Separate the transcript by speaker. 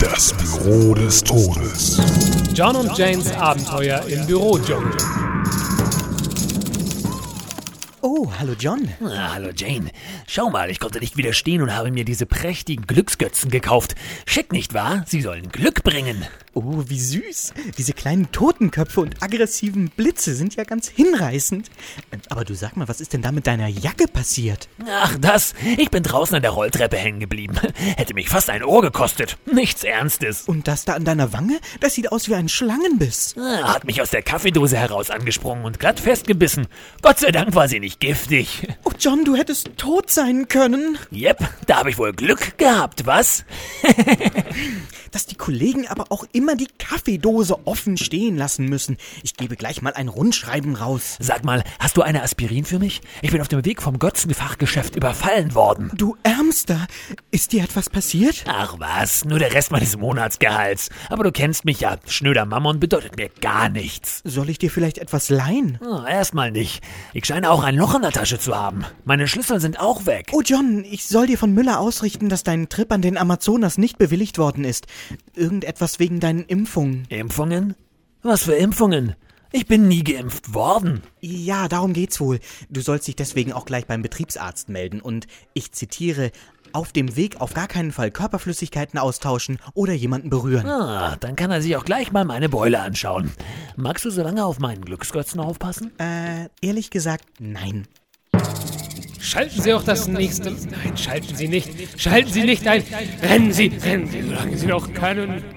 Speaker 1: Das Büro des Todes.
Speaker 2: John und Janes Abenteuer im Büro, John.
Speaker 3: Oh, hallo John.
Speaker 4: Ah, hallo Jane. Schau mal, ich konnte nicht widerstehen und habe mir diese prächtigen Glücksgötzen gekauft. Schick nicht wahr? Sie sollen Glück bringen.
Speaker 3: Oh, wie süß. Diese kleinen Totenköpfe und aggressiven Blitze sind ja ganz hinreißend. Ähm, Aber du sag mal, was ist denn da mit deiner Jacke passiert?
Speaker 4: Ach das, ich bin draußen an der Rolltreppe hängen geblieben. Hätte mich fast ein Ohr gekostet. Nichts Ernstes.
Speaker 3: Und das da an deiner Wange? Das sieht aus wie ein Schlangenbiss.
Speaker 4: Ah, Hat mich aus der Kaffeedose heraus angesprungen und glatt festgebissen. Gott sei Dank war sie nicht giftig.
Speaker 3: Oh, John, du hättest tot sein können.
Speaker 4: Jep, da habe ich wohl Glück gehabt, was?
Speaker 3: Dass die Kollegen aber auch immer die Kaffeedose offen stehen lassen müssen. Ich gebe gleich mal ein Rundschreiben raus.
Speaker 4: Sag mal, hast du eine Aspirin für mich? Ich bin auf dem Weg vom Götzenfachgeschäft überfallen worden.
Speaker 3: Du Ärmster, ist dir etwas passiert?
Speaker 4: Ach was, nur der Rest meines Monatsgehalts. Aber du kennst mich ja. Schnöder Mammon bedeutet mir gar nichts.
Speaker 3: Soll ich dir vielleicht etwas leihen?
Speaker 4: Hm, Erstmal nicht. Ich scheine auch ein Loch in der Tasche zu haben. Meine Schlüssel sind auch weg.
Speaker 3: Oh John, ich soll dir von Müller ausrichten, dass dein Trip an den Amazonas nicht bewilligt worden ist. Irgendetwas wegen deinen Impfungen.
Speaker 4: Impfungen? Was für Impfungen? Ich bin nie geimpft worden.
Speaker 3: Ja, darum geht's wohl. Du sollst dich deswegen auch gleich beim Betriebsarzt melden und ich zitiere auf dem Weg auf gar keinen Fall Körperflüssigkeiten austauschen oder jemanden berühren.
Speaker 4: Ah, dann kann er sich auch gleich mal meine Beule anschauen. Magst du so lange auf meinen Glücksgötzen aufpassen?
Speaker 3: Äh, ehrlich gesagt, nein.
Speaker 2: Schalten Sie auch das nächste. Nein, schalten Sie nicht. Schalten Sie nicht ein. Rennen Sie, rennen Sie, solange Sie noch können.